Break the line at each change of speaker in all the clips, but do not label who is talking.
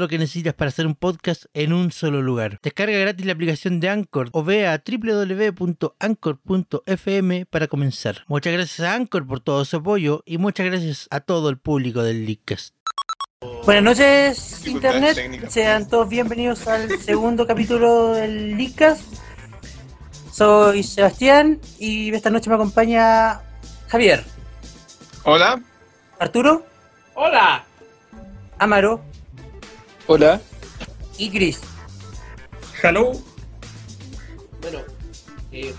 lo que necesitas para hacer un podcast en un solo lugar. Descarga gratis la aplicación de Anchor o ve a www.anchor.fm para comenzar. Muchas gracias a Anchor por todo su apoyo y muchas gracias a todo el público del Leadcast.
Buenas noches,
Dificultades
Internet.
técnicas. pues.
Sean todos bienvenidos al segundo capítulo del Licas. Soy Sebastián y esta noche me acompaña Javier,
Hola.
Arturo,
¡Hola!
Amaro
Hola.
y Chris.
Hello.
Bueno, eh,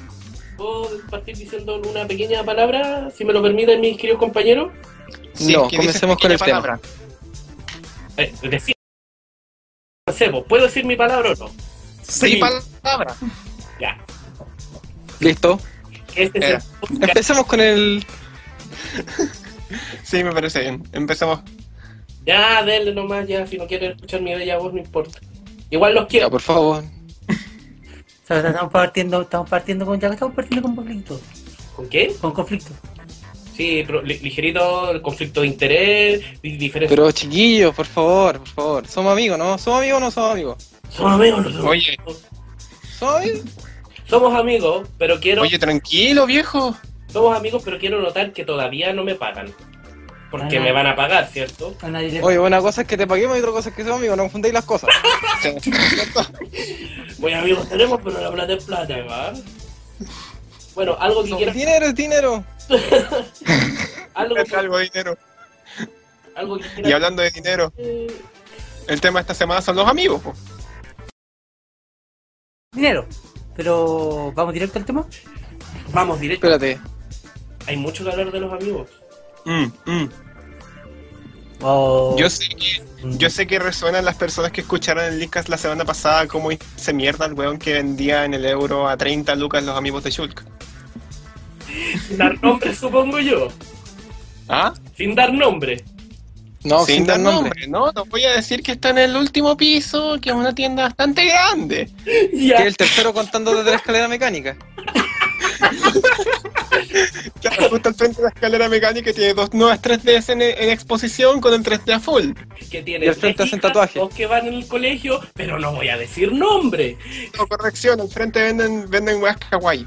¿puedo partir diciendo una pequeña palabra, si me lo permiten mis queridos compañeros?
Si
No,
es que dices
comencemos con el
pequeña
tema.
palabra.
Eh, decir, no sé, pues, ¿puedo decir mi palabra o no?
Sí,
Sí.
palabra.
Ya.
Listo.
Este es el
Eh,
podcast
Empecemos con el.
Sí, me parece bien. Empecemos.
Ya, denle nomás, ya, si no quieren escuchar mi bella voz, no importa. Igual los quiero.
Ya, por favor.
O sea, estamos partiendo, estamos partiendo con, ya estamos partiendo con conflicto,
¿Con quién?
con conflicto.
Sí, pero li- ligerito, el conflicto de interés, di- diferencia.
Pero chiquillos, por favor, por favor. Somos amigos, ¿no? ¿Somos amigos o no somos amigos?
Somos amigos, no somos,
Oye,
¿Somos amigos?
somos amigos, pero quiero,
oye, tranquilo, viejo.
somos amigos, pero quiero notar que todavía no me pagan. Porque
Ah, no.
me van a pagar, ¿cierto?
A nadie le-
Oye, una cosa es que te paguemos y otra cosa es que somos amigos. No confundáis las cosas.
Bueno, amigos, tenemos, pero la plata es plata, ¿verdad? Bueno, algo que quieras,
Dinero es dinero.
algo,
Es algo de dinero.
algo que
Y
quieras.
hablando de dinero,
eh,
el tema de esta semana son los amigos. po.
Dinero. Pero vamos directo al tema.
Vamos directo.
Espérate.
Hay mucho que hablar de los amigos.
Mm, mm.
O- Oh, eh,
Yo sé que yo sé que resuenan las personas que escucharon el Licas la semana pasada cómo se mierda el weón que vendía en el euro a 30 lucas los amigos de Shulk.
Sin dar nombre, supongo yo.
¿Ah?
Sin dar nombre.
No, sin, dar nombre.
No, no voy a decir que está en el último piso, que es una tienda bastante grande.
Que
Ya.
es el tercero contando desde la escalera mecánica.
Claro, justo al frente de la escalera mecánica y tiene dos nuevas 3Ds en, en exposición con el 3D a full.
Que tiene
y al frente
tres
hacen
hijas,
tatuaje.
Dos que van en el colegio, pero no voy a decir nombre.
No, corrección, al frente venden, venden weas kawaii.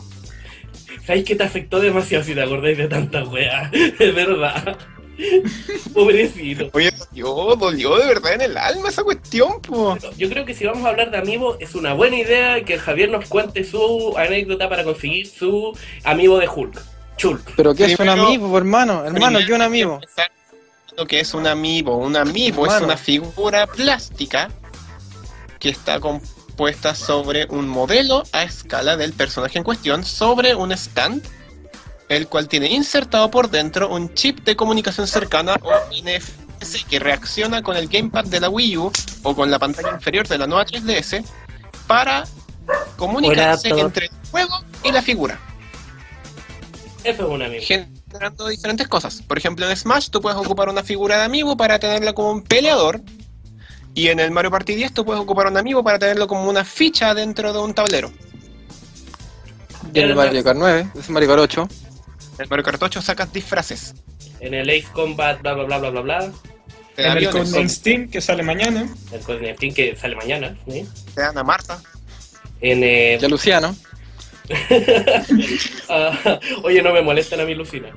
¿Sabéis que te afectó demasiado si te acordáis de tanta wea? Es verdad. Pobrecito.
Oye, dolió, dolió de verdad en el alma esa cuestión, po.
Bueno, Yo creo que si vamos a hablar de amigos, es una buena idea que el Javier nos cuente su anécdota para conseguir su amigo de Hulk. Chulk.
Pero que es un
Primero-
amigo, pues, hermano. Hermano,
Primero-
que un amigo.
Lo que es un amiibo. Un amiibo es
Hermano.
una figura plástica que está compuesta sobre un modelo a escala del personaje en cuestión, sobre un stand, el cual tiene insertado por dentro un chip de comunicación cercana o NFC que reacciona con el gamepad de la Wii U o con la pantalla inferior de la nueva 3DS para comunicarse
Hola a todos.
entre el juego y la figura
Eso es un amigo.
generando diferentes cosas. Por ejemplo, en Smash tú puedes ocupar una figura de amigo para tenerla como un peleador. Y en el Mario Party 10 tú puedes ocupar un amigo para tenerlo como una ficha dentro de un tablero.
Y en el Mario Kart 9, es Mario Kart 8.
En el Mario Kart 8 sacas disfraces.
En el Ace Combat, bla bla bla bla bla bla.
Te
En
dan,
el
aviones,
Condon Steam que sale mañana.
El Codename Team que sale mañana. ¿sí?
te dan a Marta.
En, eh,
Ya Luciano.
ah, oye, no me molesten a mi Lucina.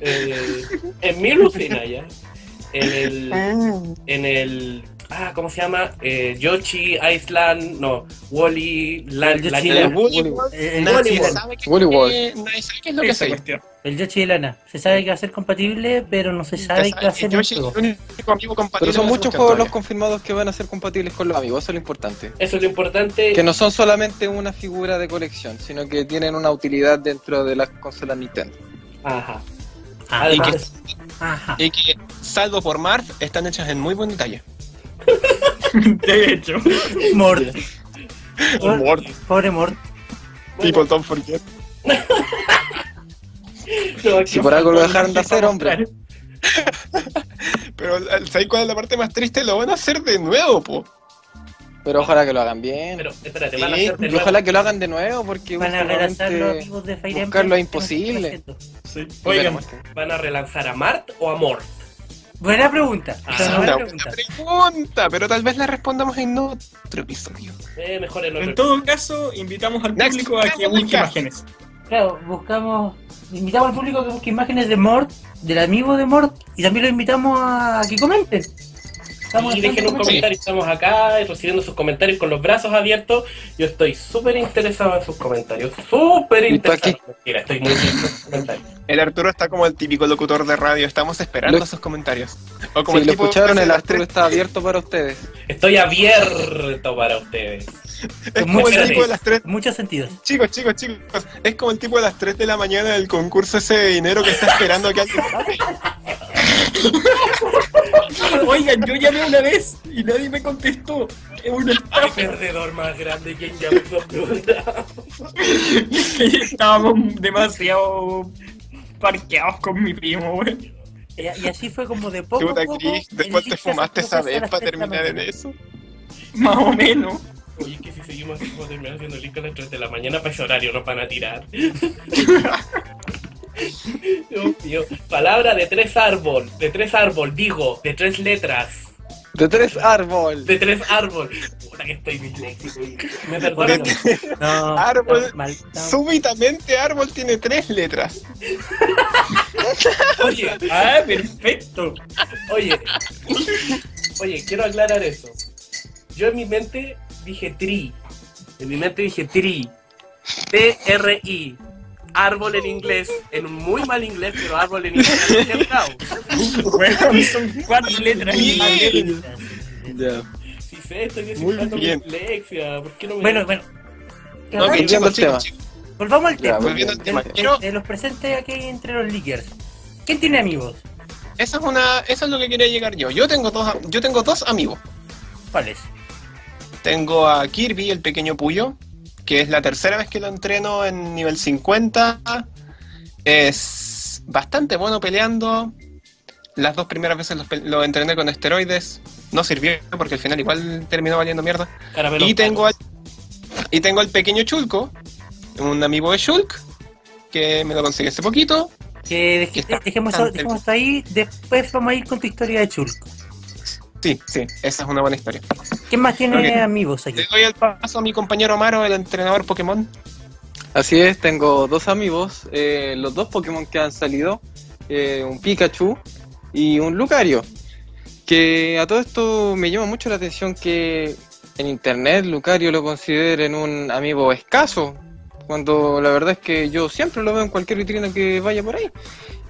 Eh, en mi Lucina ya. En el. En el. Ah, ¿cómo se llama? Eh, Yoshi, Island, no, Wally, Land,
Yoshi
la
Sí,
El
era.
niña.
Woolly
El, el
nadie
Woolly World.
sabe qué
Woolly
qué- nadie sabe qué es lo que
Esa
soy.
cuestión.
el Yoshi de lana. Se sabe que va a ser compatible, pero no se
Ya
sabe qué va a
saben
ser
que
el
Yoshi es
juego.
el único amigo compatible
Pero son
con
muchos
Sebastián
juegos los
todavía.
confirmados que van a ser compatibles con los amigos, eso es lo importante.
Eso es lo importante.
Que no son solamente una figura de colección, sino que tienen una utilidad dentro de las consolas Nintendo.
Ajá.
Ah,
Además,
que-
Ajá.
Y que, salvo por Marth, están hechas en muy buen detalle.
De hecho.
Mort. Pobre-
Mort.
Pobre Mort.
People don't forget.
no,
Si
no,
por algo lo
Con
dejaron de
Nancy
hacer,
para
hombre.
mostrar.
Pero ¿sabes cuál es la parte más triste? Lo van a hacer de nuevo, po.
Pero ojalá que lo hagan bien.
Pero espérate,
Sí,
van a hacer de
y
nuevo.
ojalá que lo hagan de nuevo, porque
Van a relanzar los
últimamente...
amigos de Fire Emblem.
buscar lo
que
imposible.
no están haciendo.
Sí.
Oigan,
Oigan,
¿Van a relanzar a Mart o a Mort?
Buena pregunta.
Ah,
Es una
Es una
buena
buena
pregunta.
pregunta, pero tal vez la respondamos en otro episodio.
Eh, mejor el
en
otro.
todo caso, invitamos al
Next.
público a que busque imágenes.
Claro, buscamos. Invitamos al público que busque imágenes de Mort, del amigo de Mort, y también lo invitamos a que comenten. Estamos
Y
haciendo
dejen un
comentarios.
comentario, estamos acá eh, recibiendo sus comentarios con los brazos abiertos. Yo estoy súper interesado en sus comentarios. Súper
¿Y tú aquí?
interesado. Mira, estoy muy interesado en sus comentarios.
El Arturo está como el típico locutor de radio, estamos esperando
Lo-
sus comentarios. O como
Si
el
lo
tipo
escucharon,
que hace
el
las
Arturo
tres-
está abierto para ustedes.
Estoy abierto para ustedes.
es
con
como el
muchas
tipo de las tres.
En muchos sentidos.
Chicos, chicos, chicos, es como el tipo de las 3 de la mañana del concurso ese de dinero que está esperando que alguien pague.
Oigan, yo llamé una vez y nadie me contestó. Es una
El
estafa.
perdedor más grande quien ya me pregunta.
Estábamos demasiado parqueados con mi primo, güey.
Y, y así fue como de poco.
Puta
a poco,
Cris,
el
después te
Lick
fumaste
se puso a
esa
hacer
vez
las
para
tres de la
terminar en
mañana.
eso.
Más o menos.
Oye, es que si seguimos así, vamos a terminar haciendo link a las 3 de la mañana para ese horario, no van a tirar. Dios mío. Palabra de tres árbol, de tres árbol, digo, de tres letras.
De tres árbol.
De tres árbol. Puta que estoy disléxico. Me perdonan.
Porque
No,
Árbol.
no, mal, no.
súbitamente árbol tiene tres letras.
Oye,
Ah, perfecto.
oye. Oye, quiero aclarar eso. Yo en mi mente dije tri. En mi mente dije tri. T-R-I. Árbol en inglés. En un muy mal inglés, pero árbol en inglés. acertado.
Bueno, son cuatro letras.
Bien.
Ya.
Si sé, estoy
Muy
desinflando mi
bien.
dislexia. ¿Por qué no me
Bueno, bueno.
Ok,
volviendo
chicos,
al tema.
chicos, chicos,
Volvamos al tema.
volviendo al tema.
De-
Quiero,
de Eh, los presentes aquí entre los leakers. ¿Quién tiene amigos?
eso es una, eso es lo que quería llegar yo. Yo tengo dos, am- yo tengo dos amigos.
¿Cuáles?
Tengo a Kirby, el pequeño Puyo, que es la tercera vez que lo entreno en nivel 50. Es bastante bueno peleando. Las dos primeras veces los pe- lo, entrené con esteroides. No sirvió porque al final igual terminó valiendo mierda.
Caramelo.
Y tengo, al, y tengo al pequeño Chulco, un amigo de Shulk, que me lo conseguí hace poquito.
Que deje-
Que está
dejemos, eso,
bastante-
dejemos esto ahí. Después vamos a ir con tu historia de Chulco.
Sí, sí, esa es una buena historia.
¿Quién más tiene
Ok.
amigos aquí?
Le doy el paso a mi compañero Amaro, el entrenador Pokémon.
Así es, tengo dos amigos, eh, los dos Pokémon que han salido, eh, un Pikachu y un Lucario. Que a todo esto me llama mucho la atención que en internet Lucario lo consideren un amigo escaso, cuando la verdad es que yo siempre lo veo en cualquier vitrina que vaya por ahí.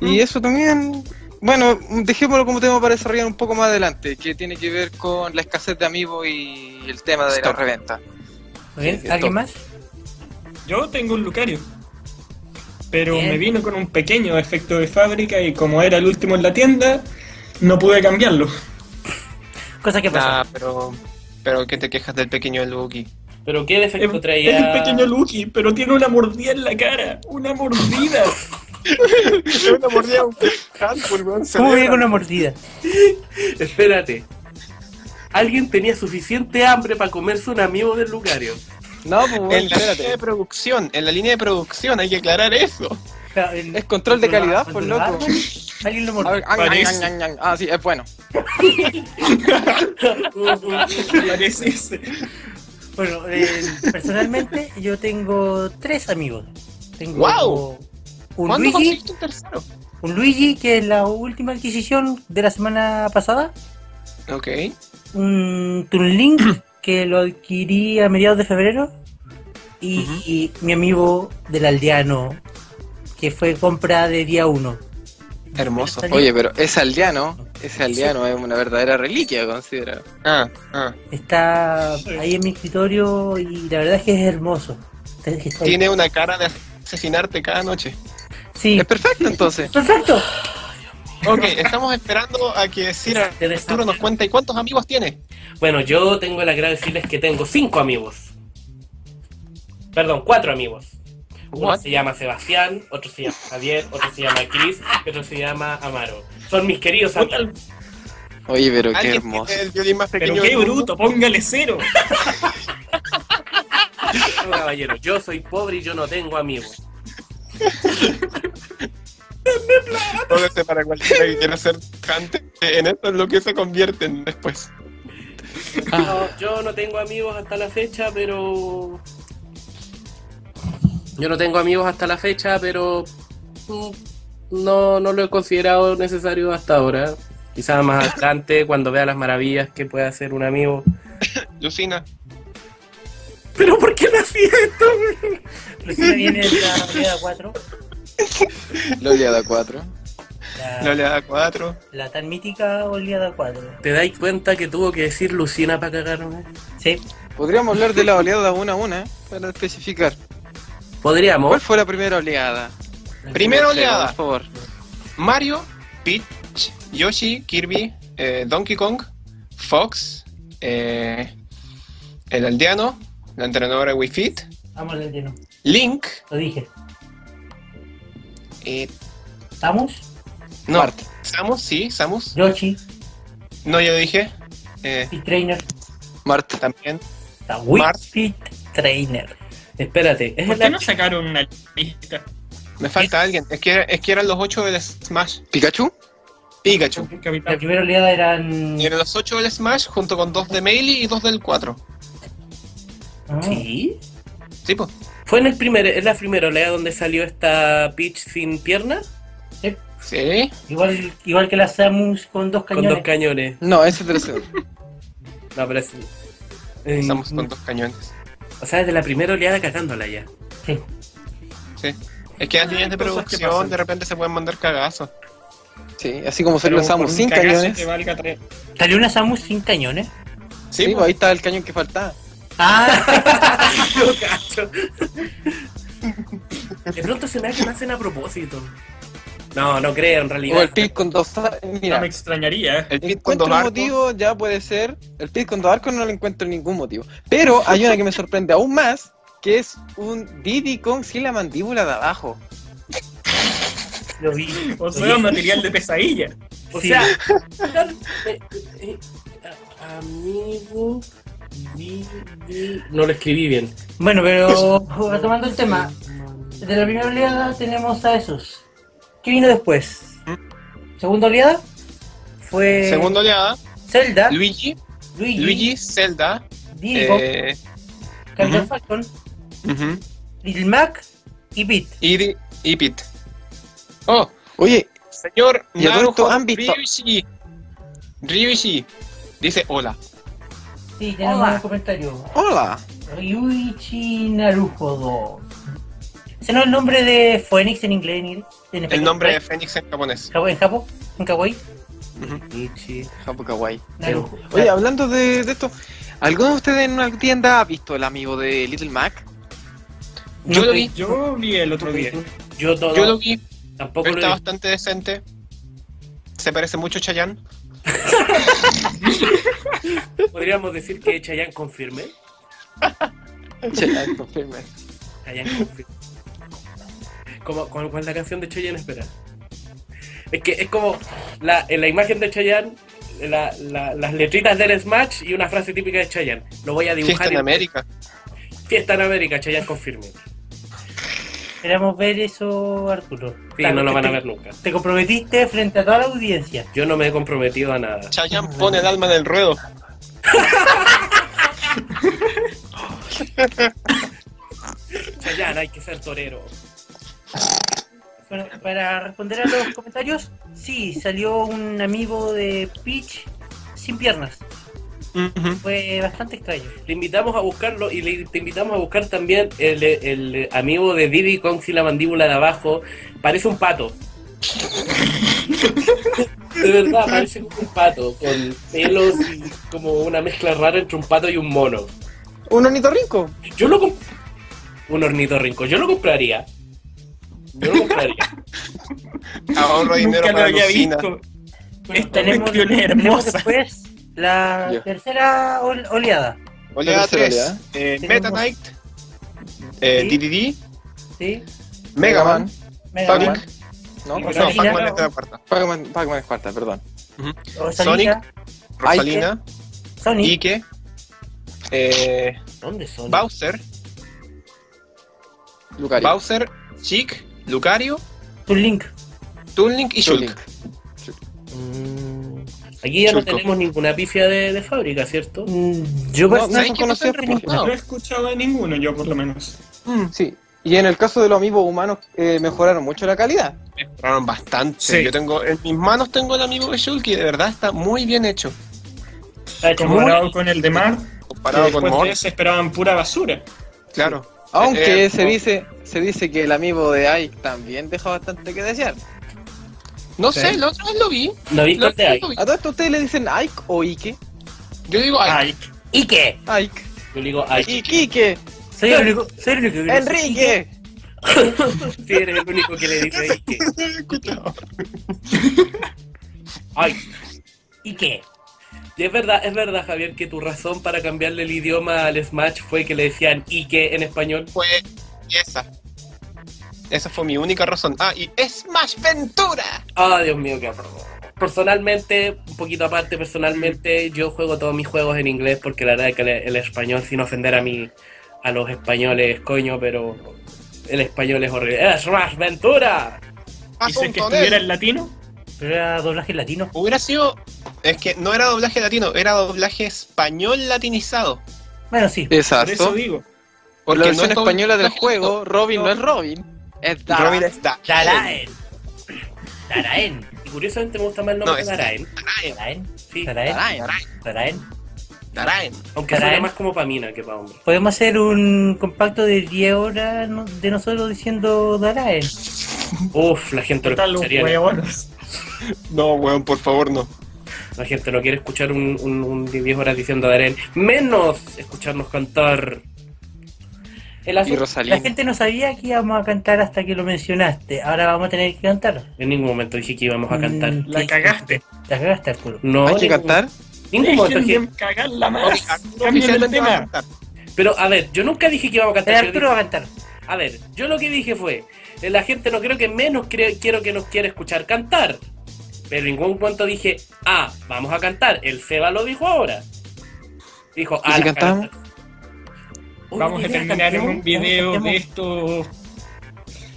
Y eso también, bueno, dejémoslo como tema para desarrollar un poco más adelante, que tiene que ver con la escasez de amigos y el tema de
Stop.
la reventa.
Bien,
sí,
¿Alguien
todo.
más?
Yo tengo un Lucario. Pero
Bien.
me vino con un pequeño efecto de fábrica y como era el último en la tienda, no pude cambiarlo.
Cosa que pasa.
Nah, pero, pero ¿qué te quejas del pequeño Luki?
Pero qué
Es,
defecto
es
traía.
el pequeño Lucky, pero tiene una mordida en la cara. Una mordida.
una mordida a un Handful, weón, se
¿Cómo
ve,
viene con una mordida?
Espérate. Alguien tenía suficiente hambre para comerse un amigo del Lucario.
No, pues bueno,
En la línea
espérate.
de producción, en la línea de producción, hay que aclarar eso.
Claro, el-
Es control de calidad, por
controlaba-
loco.
Alguien lo
A
mordió.
ver, ay, ay,
Parece.
ay, ay, ay. Ah, sí, es bueno.
Parece ese.
Uh, Bueno, eh, personalmente yo tengo tres amigos. Tengo
¡Guau!
un
¿Cuándo
Luigi,
conseguiste un tercero?
un Luigi que es la última adquisición de la semana pasada.
Ok.
un Toon Link que lo adquirí a mediados de febrero y,
Ujú.
y mi amigo del aldeano que fue compra de día uno.
Hermoso.
Salió-
Oye, pero ese aldeano, ese aldeano es una verdadera reliquia, considera.
Ah, ah.
Está
Sí.
ahí en mi escritorio y la verdad es que es hermoso. Está- está-
Tiene una cara de asesinarte cada noche.
Sí.
Es perfecto entonces.
Perfecto.
Ok, estamos esperando a que Cira
Te des-
Arturo nos cuente cuántos amigos tiene.
Bueno, yo tengo el agrado de decirles que tengo cinco amigos. Perdón, cuatro amigos. Uno
What?
se llama Sebastián, otro se llama Javier, otro se llama Chris y otro se llama Amaro. Son mis queridos amigos.
Oye, pero qué
Alguien
hermoso.
tiene el violín más pequeño.
Pero qué
del mundo?
bruto, póngale cero.
No, caballero, yo soy pobre y yo no tengo amigos.
Póngase para cualquiera que quiera ser cante. En eso es lo que se convierten después.
No, yo no tengo amigos hasta la fecha, pero... Yo no tengo amigos hasta la fecha, pero... mm, No, no lo he considerado necesario hasta ahora. Quizás más adelante, cuando vea las maravillas que puede hacer un amigo.
Lucina,
¿Pero por qué me hacía esto?
Recién viene la oleada 4,
Lo de 4.
la
la,
oleada 4.
la tan mítica oleada 4.
¿Te dais cuenta que tuvo que decir Lucina para cagarme?
Sí.
Podríamos hablar de la oleada una a una para especificar. ¿Cuál
Podríamos.
fue la primera oleada?
Primera
Leo,
oleada:
Por favor.
Mario, Peach, Yoshi, Kirby, eh, Donkey Kong, Fox, eh, el aldeano, la entrenadora Wii Fit,
Vamos al aldeano.
Link
Lo dije.
y.
¿Estamos?
No,
Bart.
Samus, sí, Samus.
Yoshi,
No, yo dije. eh,
Fit Trainer.
Marta.
también.
Está Wii
Mars.
Fit Trainer.
Espérate, es
¿Por qué
la...
no sacaron una lista?
Me falta alguien. Es que, era- es que eran los 8 del Smash.
¿Pikachu?
Pikachu.
La
Capitán.
primera oleada eran.
Y eran los 8 del Smash junto con 2 de Melee y 2 del 4.
Ah,
¿Sí?
Sí, pues.
¿Fue en el primer, es la primera oleada donde salió esta Peach sin pierna?
Sí.
igual, igual que la Samus con dos
Con dos
cañones.
cañones.
No, ese es el segundo.
No, pero es... eh,
Estamos con dos cañones.
O sea, desde la primera oleada cagándola ya.
Sí.
Sí. Es que las líneas de
cosas que
producción
pasan.
de repente se pueden mandar cagazos.
Sí, así como se
Pero
lanzamos
por un
sin
cagazo
cañones.
que valga tres.
Salió una Samus sin cañones.
Sí,
Sí,
po.
pues ahí está el cañón que faltaba.
Ah,
Yo cacho. De pronto se me da que me hacen a propósito. No, no creo en realidad.
O el pit con dos. ar-
No me
Mira,
extrañaría. ¿eh?
El pit con dos
encuentro un
arcos.
motivo, ya puede ser. El pit con dos arcos no le encuentro ningún motivo. Pero hay una que me sorprende aún más, que es un Diddy Kong sin la mandíbula de abajo.
lo vi.
O sea, un material de pesadilla.
O
Sí.
sea, eh, eh, a- amigo, di- di- no lo escribí bien.
Bueno, pero retomando el tema. De la primera oleada tenemos a esos. ¿Qué vino después? ¿Segunda oleada? Fue.
Segunda oleada.
Zelda,
Luigi.
Eh, Luigi,
Luigi, Zelda.
Diego,
eh,
Captain
ujú.
Falcon,
ujú,
Little Mac y Pit.
y, di- y Pit. Oh,
Oye,
señor
Y a todo esto, ¿han visto-
Ryushi. Ryushi. Dice hola.
Sí, tenemos
Hola.
un comentario.
hola.
Ryuichi Naruhodo. ¿Ese no es el nombre de Phoenix en inglés? En inglés en
El
español,
nombre de Fénix en japonés.
¿En Japo- en Japón? ¿En Kawaii?
Ujú.
Ichi.
Japo Kawaii.
Narujo.
Oye, hablando de, de esto, ¿alguno de ustedes en una tienda ha visto el amigo de Little Mac?
Yo lo vi.
Yo vi el otro día.
Yo todo.
Yo lo vi.
tampoco
Pero
lo
está
he-
bastante decente. Se parece mucho a Chayanne.
Podríamos decir que Chayanne confirme.
Che, ay, confirme.
Chayanne confirme. Como con, con la canción de Chayanne, espera. Es que es como la, en la imagen de Chayanne, la- la- las letritas del Smash y una frase típica de Chayanne. Lo voy a
Fiesta
dibujar
en
en-
América.
Fiesta en América, Chayanne confirme.
Queremos ver eso, Arturo.
Sí,
Tal-
no lo
te-
van a
te-
este-
ver nunca.
Te comprometiste frente a toda la audiencia.
Yo no me he comprometido a nada.
Chayanne pone el alma en el ruedo.
Chayanne, hay que ser torero.
Bueno, para responder a los comentarios, sí, salió un amigo de Peach sin piernas.
Ujú.
Fue bastante extraño.
Te invitamos a buscarlo y le- te invitamos a buscar también el, el amigo de Diddy con si la mandíbula de abajo. Parece un pato. De verdad, parece como un pato, con pelos y como una mezcla rara entre un pato y un mono.
Un ornitorrinco.
Yo lo comp- Un ornitorrinco, yo lo compraría. Yo lo compraría.
Ahorro dinero
Nunca lo
para
había
Lucina.
visto. Esta
Tenemos,
cuestión es
tenemos
hermosa.
después la
Ya.
tercera ol- oleada.
Oleada
La tercera
3. Eh,
Tenemos-
Meta Knight. Eh,
Sí.
DDD.
¿sí?
Mega Man.
Mega
Sonic.
Man,
¿No?
No,
Rosalina.
Pac-Man es la cuarta.
Pac-Man Pac-Man es cuarta, perdón.
Rosalina,
Rosalina.
Sonic,
Ike. Eh,
¿Dónde son?
Bowser.
Lucario.
Bowser. Chic. Lucario.
Toon Link.
Toon Link y Shulk.
Mm, Aquí ya no
Chulco.
tenemos ninguna pifia de, de fábrica, ¿cierto?
Mm, Yo
No,
personalmente
¿Sabes que no se
conocía-
han reportado?
No he escuchado de ninguno yo, por lo menos.
Sí. Y en el caso de los amigos humanos, eh, mejoraron mucho la calidad.
Mejoraron bastante.
Sí.
Yo tengo, en mis manos tengo el amigo de Shulk y de verdad está muy bien hecho.
Ah, está muy
Comparado con el de Mar, que
Comparado con
después de
Morse,
ese esperaban pura basura.
claro.
Aunque
Eh,
se
no.
dice se dice que el amigo de Ike también deja bastante que desear.
No
Sí.
sé, la otra vez lo vi.
¿No habéis
La
visto
otra vez
de
lo vi.
¿A todo esto ustedes le dicen Ike o Ike?
Yo digo, ay,
Ay,
¿Y qué?
Ike.
Yo digo, ay,
Ike. Ike.
Soy el único, soy el único que conoce.
Enrique.
sí, eres el único que le dice ay, que. Ay.
¿Y qué?
Y es verdad, es verdad, Javier, que tu razón para cambiarle el idioma al Smash fue que le decían Ike en español.
fue esa. Esa fue mi única razón. Ah, y Smash Ventura.
Ah, Dios mío, qué horror. Personalmente, un poquito aparte, personalmente, yo juego todos mis juegos en inglés porque la verdad es que el, el español, sin ofender a mí, a los españoles, coño, pero el español es horrible. ¡Es más Ventura!
¿Dices que
Asunto de-
estuviera en latino?
Pero era doblaje latino.
Hubiera sido. Es que no era doblaje latino, era doblaje español latinizado.
Bueno, sí.
Por eso
Exacto.
digo.
Por la
no
versión
es doble-
española del
no es
juego, Robin no es Robin. Es Dara.
Robin está.
Daraen. Daraen.
Y curiosamente me gusta más el
No,
nombre
es-
de Araen,
Daraen,
Daraen.
sí,
Daraen.
Dara.
Daraen.
Daraen.
aunque suena
Araen.
más como para mina que para hombre.
Podemos hacer un compacto de 10 horas no- de nosotros diciendo Daraen.
Uf, la gente lo
Total, los
escucharía.
huevones.
No, weón, por favor, no.
La gente no quiere escuchar un, un, un de 10 horas diciendo Darén, menos escucharnos cantar.
El
Y
asunto-
Rosalina.
la gente no sabía que íbamos a cantar hasta que lo mencionaste. Ahora vamos a tener que cantar.
En ningún momento dije que íbamos a cantar.
Mm.
La cagaste.
Las cagaste al culo.
No,
Hay que
ningún-
cantar.
Ningún momento
Dejen
dije.
de cagarla más. Cambien el
Oficialmente va a
tema.
cantar.
Pero a ver, yo nunca dije que íbamos a
El
cantar. yo
Eh, Arturo va
dije-
a cantar.
a ver, yo lo que dije fue: eh, la gente no creo que menos creo, quiero que nos quiera escuchar cantar. Pero en ningún momento dije, ah, vamos a cantar. El Seba lo dijo ahora. Dijo,
¿Y
ah,
si
las
cantamos?
cagaste".
Uy,
Vamos a
mira,
terminar en
cantemos,
un video
cantemos.
de estos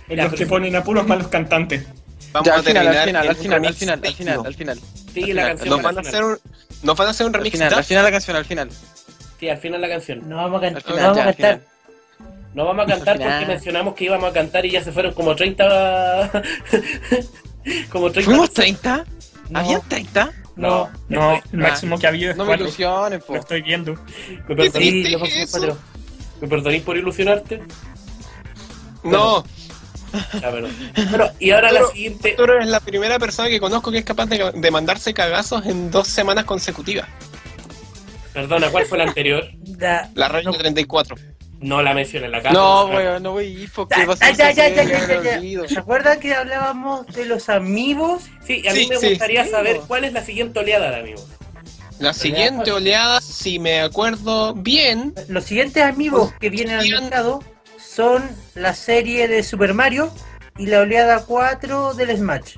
en
Ya,
los
pero
que
sí.
ponen a puros malos cantantes.
Vamos
Ya,
a
al final, al
terminar en
final, al
un
final, al
remix
final, al
techno.
final, al final.
Sí,
Al
la
final,
canción.
Nos
al
al
van a
final.
hacer un, nos van a hacer un
Al
remix
final, al
dance.
final la canción, al final.
Sí, al final la canción.
No vamos a
Al
cantar.
final,
no vamos
ya,
a
al
cantar.
final.
No vamos a cantar porque
Nah.
mencionamos que íbamos a cantar y ya se fueron como 30. como 30.
¿Fuimos 30?
No,
¿Habían 30?
No,
No,
no.
el máximo que ha habido es
No me
cuatro.
ilusiones, po.
Lo estoy viendo.
¿Me perdonéis,
Sí,
¿Qué
lo vamos a hacer
es
cuatro.
¿Me perdonéis por ilusionarte?
No,
Ya, pero. Bueno, y ahora la
Pero-
siguiente.
tú eres la primera persona que conozco que es capaz de, de mandarse cagazos en dos semanas consecutivas.
Perdona, ¿cuál fue la anterior?
Da-
La regla
No.
34.
No la mencioné, la cara.
No, weón, no voy a ir porque
Ah, Ya,
va a ser
ya, ya, ya,
sorpresa,
ya,
me
ya, ya.
olvido.
¿Se acuerdan que hablábamos de los amigos?
Sí, a mí
Sí,
me
sí.
gustaría saber
Sí.
cuál es la siguiente oleada de amigos.
La siguiente oleada, si me acuerdo bien,
Los siguientes amigos que vienen al mercado son la serie de Super Mario y la oleada 4 del Smash.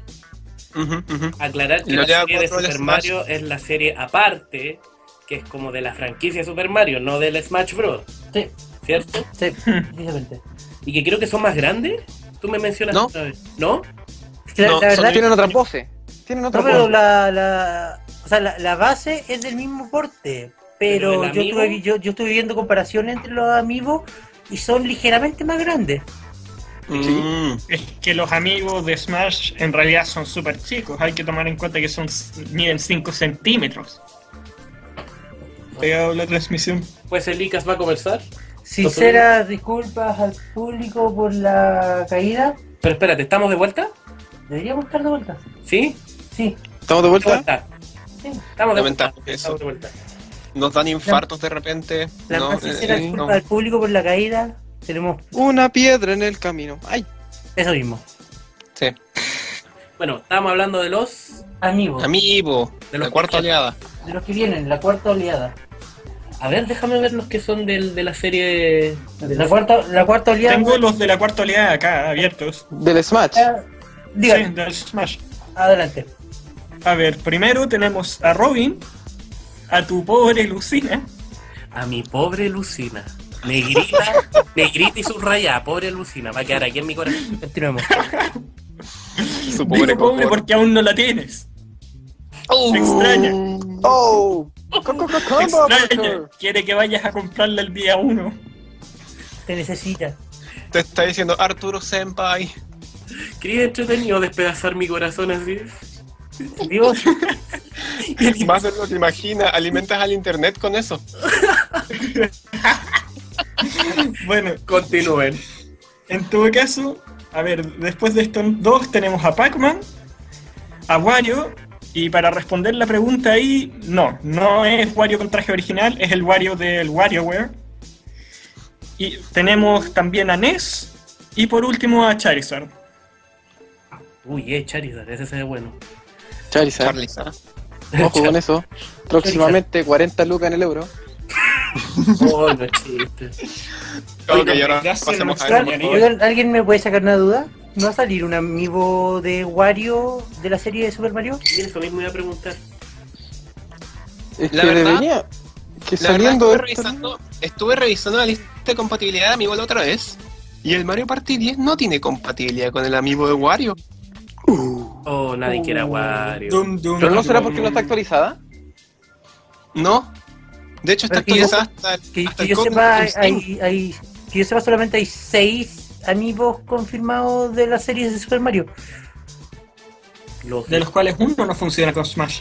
ujú, ujú,
Aclarar que
La
la,
oleada
serie de
cuatro del
Super
Smash.
Mario es la serie aparte, que es como de la franquicia Super Mario, no del Smash Bros.
Sí.
¿Cierto?
Sí, precisamente.
Y que creo que son más grandes. Tú me mencionas
No.
otra vez. ¿No?
Es que la,
No,
la
son
verdad,
Tienen otras voces. Tienen
no,
otras
pero
voces.
la, la, o sea, la, la base es del mismo porte. Pero,
Pero el
yo,
amigo-
estuve, yo, yo estuve viendo comparaciones entre los amigos y son ligeramente más grandes.
Mm.
Es que los amigos de Smash en realidad son súper chicos. Hay que tomar en cuenta que son s- miden 5 centímetros. pegado la transmisión.
Pues el ICAS va a conversar.
Sinceras disculpas al público por la caída.
Pero espérate, ¿estamos de vuelta?
Deberíamos estar de vuelta.
¿Sí?
Sí,
¿Estamos de
¿Cómo
vuelta?
está? Estamos de vuelta.
Lamentable eso.
Estamos de vuelta.
Nos dan infartos de repente.
la
no,
más sincera
eh,
disculpa
no.
al público por la caída. Tenemos
Una piedra en el camino. Ay,
eso mismo.
Sí.
Bueno, estábamos hablando de los.
Amigos,
Amigo,
De
de
los
la cuarta
que-
oleada.
de los que vienen, la cuarta oleada.
A ver, déjame ver los que son del, de la serie. de
La cuarta, la cuarta oleada.
Tengo los de la cuarta oleada acá, abiertos.
del Smash.
Eh, Dígame,
Sí, del Smash.
Ah, adelante.
A ver, primero tenemos a Robin, a tu pobre Lucina.
A mi pobre Lucina. Negrita, negrita y subrayada, pobre Lucina. Va a quedar aquí en mi corazón.
Continuemos.
Su
Digo
pobre
pobre
cocor.
porque aún no la tienes.
Oh.
Te extraña.
¡Oh! Co- co- co-
Te
combo,
extraña.
Butcher.
Quiere que vayas a comprarla el día uno.
Te necesita.
Te está diciendo Arturo Senpai.
Quería entretenido despedazar mi corazón así.
Dios,
Más de lo que imagina. Alimentas al internet con eso.
Bueno,
Continúen.
en todo caso, a ver, después de estos dos tenemos a Pac-Man, a Wario, y para responder la pregunta ahí, no, no es Wario con traje original, es el Wario del WarioWare. Y tenemos también a Ness, y por último a Charizard.
Uy, eh, Charizard, ese se ve bueno.
Charizard,
Charliza.
ojo con eso. Próximamente 40 lucas en el euro.
Oh, no existe.
Ok,
Oiga,
y ahora
gracias,
pasemos a
Marcelo.
Oigan,
ver.
oigan, ¿alguien me puede sacar una duda? ¿No va a salir un amigo de Wario de la serie de Super Mario?
Y eso mismo iba a preguntar.
Es
La
que
verdad-
debería. Que
La verdad,
saliendo.
estuve
esto-
revisando, estuve revisando la lista de compatibilidad de Amiibo la otra vez. Y el Mario Party 10 no tiene compatibilidad con el amigo de Wario.
Oh, nadie quiere a Wario.
Dum, dum,
Pero no será
dum.
porque no está actualizada.
No. De hecho, está
Pero que yo
actualizada hasta el.
Que,
hasta
que
el
yo
Code
sepa,
Steam.
hay, hay- que yo sepa solamente hay seis amigos confirmados de las series de Super Mario.
Los
De los cuales uno no funciona con Smash.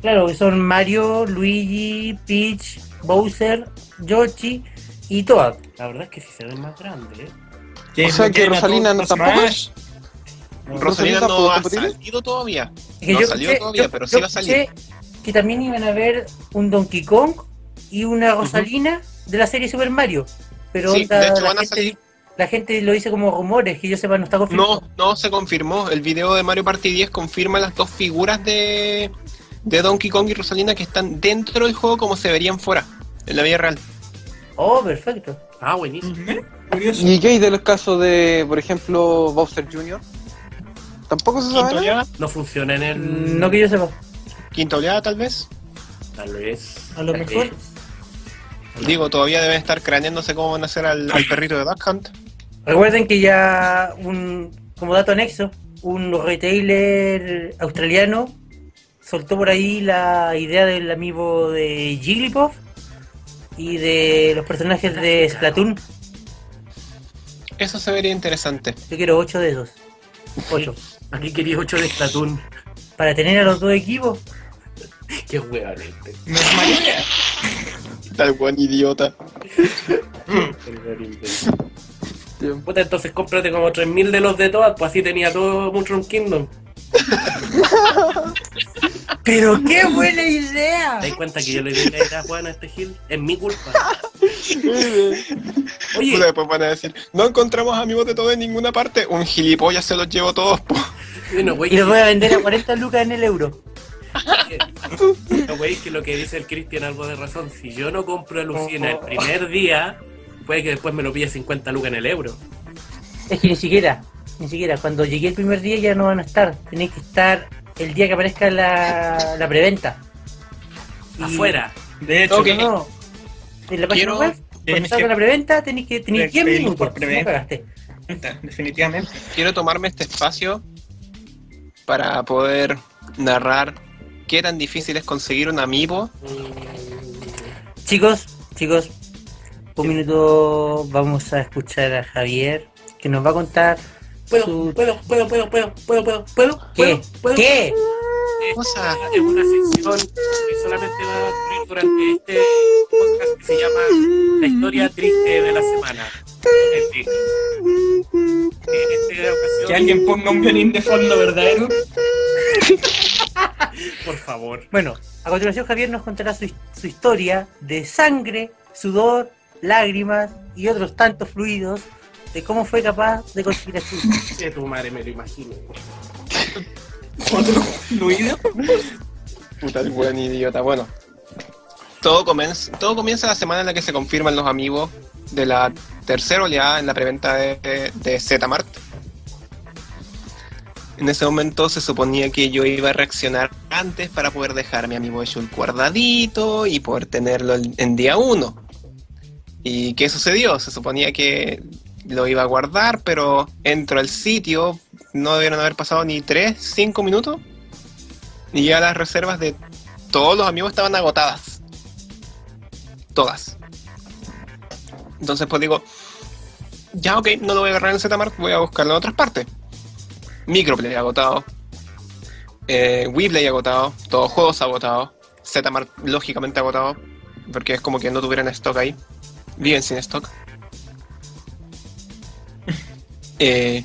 Claro, que son Mario, Luigi, Peach, Bowser, Yoshi y Toad.
La verdad es que sí se ven más grandes, ¿eh?
Que
O sea,
lo
que
era
Rosalina
todo
no- tampoco es.
Smash.
Rosalina
¿Rosalina
no ha
compatible?
salido todavía.
Es que
no
yo
ha salido
escuché-
todavía,
yo-
pero
yo
sí va a salir.
escuché Que también iban a ver un Donkey Kong y una Rosalina de la serie Super Mario. Pero
Sí,
onda,
de hecho
la,
van a
gente,
salir.
la gente lo dice como rumores, que yo sepa, no está confirmado.
No, no se confirmó. El video de Mario Party 10 confirma las dos figuras de, de Donkey Kong y Rosalina que están dentro del juego como se verían fuera, en la vida real.
Oh, perfecto.
Ah, buenísimo.
Ujú, Curioso.
¿Y qué hay de los casos de, por ejemplo, Bowser Jr.? Tampoco se
Quinta
sabe. nada?
oleada,
No funciona en
Mm,
el.
No que yo sepa.
quinta oleada tal vez.
Tal vez. Eh,
A lo
tal
mejor.
vez.
Digo, todavía deben estar craneándose cómo van a hacer al, al perrito de Duck Hunt.
Recuerden que ya, un como dato anexo, un retailer australiano soltó por ahí la idea del amigo de Jigglypuff y de los personajes de Splatoon.
Eso se vería interesante.
Yo quiero 8 de esos. 8.
Aquí quería 8 de Splatoon.
Para tener a los dos equipos.
Qué hueón este.
No es mala idea.
Tal buen idiota.
El hueón imbécil. Puta, entonces cómprate como 3000 de los de todas, pues así tenía todo Mushroom Kingdom.
¡Pero qué buena idea!
¿Te das cuenta que yo le di la idea buena a este Gil? Es mi culpa.
Puta,
Oye,
después van a decir, no encontramos amigos de todo en ninguna parte. Un gilipollas se los llevó todos. po".
bueno,
Y
güey,
los voy a vender a 40 lucas en el euro.
Pero, güey, que lo que dice el Cristian algo de razón. Si yo no compro a Lucina el primer día, puede que después me lo pille 50 lucas en el euro.
Es que ni siquiera, ni siquiera. Cuando llegué el primer día ya no van a estar. Tenéis que estar el día que aparezca la, la preventa. Y-
Afuera.
De hecho,
Ok.
No, no. En la página
Quiero-
web, cuando
Tienes
salga
que-
la preventa, tenéis que tenéis
Tienes
10
que pedir
minutos.
por
si no,
preventa.
cagaste.
definitivamente.
Quiero tomarme este espacio para poder narrar qué tan difícil es conseguir un amigo.
Chicos, chicos, un minuto vamos a escuchar a Javier que nos va a contar
Puedo,
su
puedo, puedo, puedo, puedo, puedo, puedo, puedo,
¿Qué?
puedo, puedo.
¿Qué?
cosa.
Es una sección que solamente va a ocurrir durante este podcast que se llama La historia triste de la semana. En fin, en esta
Que
ocasión,
alguien ponga un violín de fondo verdadero.
por favor.
Bueno, a continuación Javier nos contará su, su historia de sangre, sudor, lágrimas y otros tantos fluidos de cómo fue capaz de conseguir azul.
Que tu madre me lo imagino.
Otro fluido.
Puta, el buen idiota. Bueno, todo comienza, todo comienza la semana en la que se confirman los amigos de la tercera oleada en la preventa de, de Zmart. En ese momento se suponía que yo iba a reaccionar antes para poder dejar mi amigo Shulk guardadito y poder tenerlo en en día uno. ¿Y qué sucedió? Se suponía que lo iba a guardar, pero entro al sitio, no debieron haber pasado ni 3, 5 minutos. Y ya las reservas de todos los amigos estaban agotadas. Todas. Entonces pues digo, ya ok, no lo voy a agarrar en Zmart, voy a buscarlo en otras partes. Microplay agotado. Eh, Weplay agotado. Todos juegos agotados. Zmart lógicamente agotado. Porque es como que no tuvieran stock ahí. Viven sin stock. Eh,